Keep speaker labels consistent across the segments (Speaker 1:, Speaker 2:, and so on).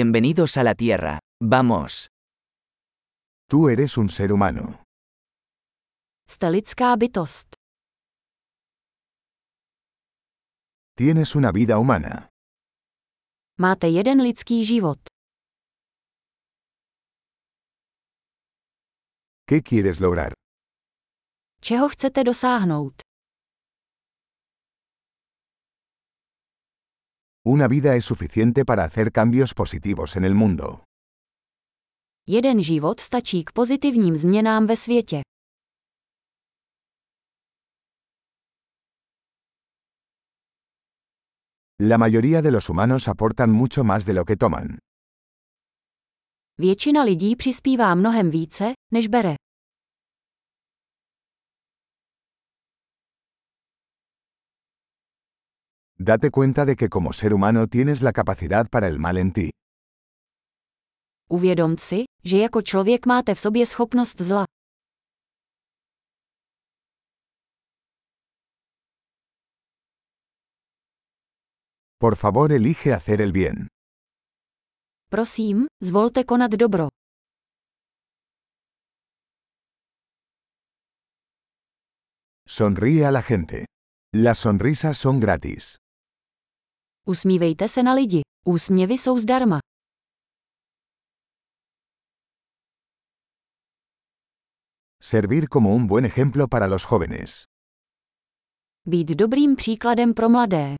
Speaker 1: Bienvenidos a la Tierra. Vamos.
Speaker 2: Tú eres un ser humano.
Speaker 3: Jste lidská bytost.
Speaker 2: Tienes una vida humana.
Speaker 3: Máte jeden lidský život.
Speaker 2: ¿Qué quieres lograr?
Speaker 3: Čeho chcete dosáhnout?
Speaker 2: Una vida es suficiente para hacer cambios positivos en el mundo.
Speaker 3: Jeden život stačí k pozitivním změnám ve světě.
Speaker 2: La mayoría de los humanos aportan mucho más de lo que toman.
Speaker 3: Většina lidí přispívá mnohem více, než bere.
Speaker 2: Date cuenta de que como ser humano tienes la capacidad para el mal en ti.
Speaker 3: Uvědom si, že jako člověk máte v sobě schopnost zla.
Speaker 2: Por favor, elige hacer el bien.
Speaker 3: Prosím, zvolte konat dobro.
Speaker 2: Sonríe a la gente. Las sonrisas son gratis.
Speaker 3: Usmívejte se na lidi. Úsměvy jsou zdarma.
Speaker 2: Servir como un buen ejemplo para los jóvenes.
Speaker 3: Být dobrým příkladem pro mladé.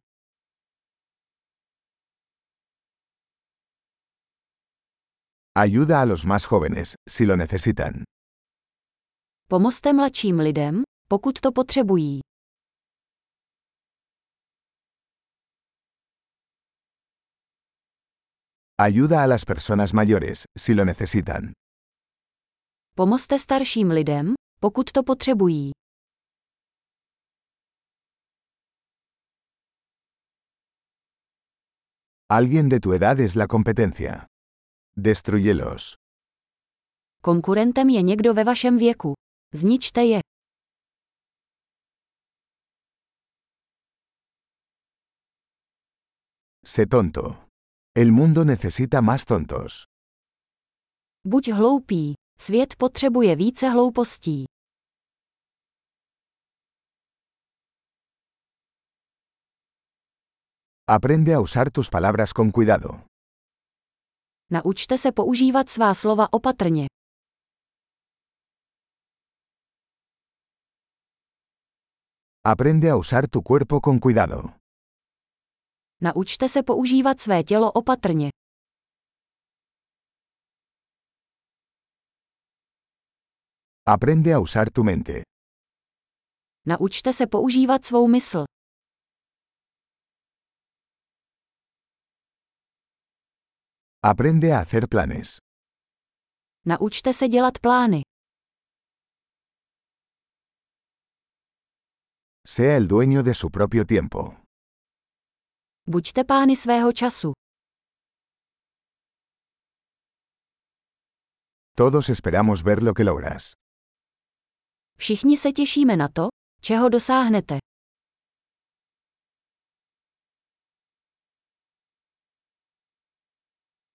Speaker 2: Ayuda a los más jóvenes, si lo necesitan.
Speaker 3: Pomozte mladším lidem, pokud to potřebují.
Speaker 2: Ayuda a las personas mayores, si lo necesitan.
Speaker 3: Pomozte starším lidem, pokud to potřebují.
Speaker 2: Alguien de tu edad es la competencia. Destruyelos.
Speaker 3: Konkurentem je někdo ve vašem věku. Zničte je.
Speaker 2: Sé tonto. El mundo necesita más tontos.
Speaker 3: Buď hloupý. Svět potřebuje více hloupostí.
Speaker 2: Aprende a usar tus palabras con cuidado.
Speaker 3: Naučte se používat svá slova opatrně.
Speaker 2: Aprende a usar tu cuerpo con cuidado.
Speaker 3: Naučte se používat své tělo opatrně.
Speaker 2: Aprende a usar tu mente.
Speaker 3: Naučte se používat svou mysl.
Speaker 2: Aprende a hacer planes.
Speaker 3: Naučte se dělat plány.
Speaker 2: Sea el dueño de su propio tiempo.
Speaker 3: Buďte pány svého času.
Speaker 2: Todos esperamos ver lo que logras.
Speaker 3: Všichni se těšíme na to, čeho dosáhnete.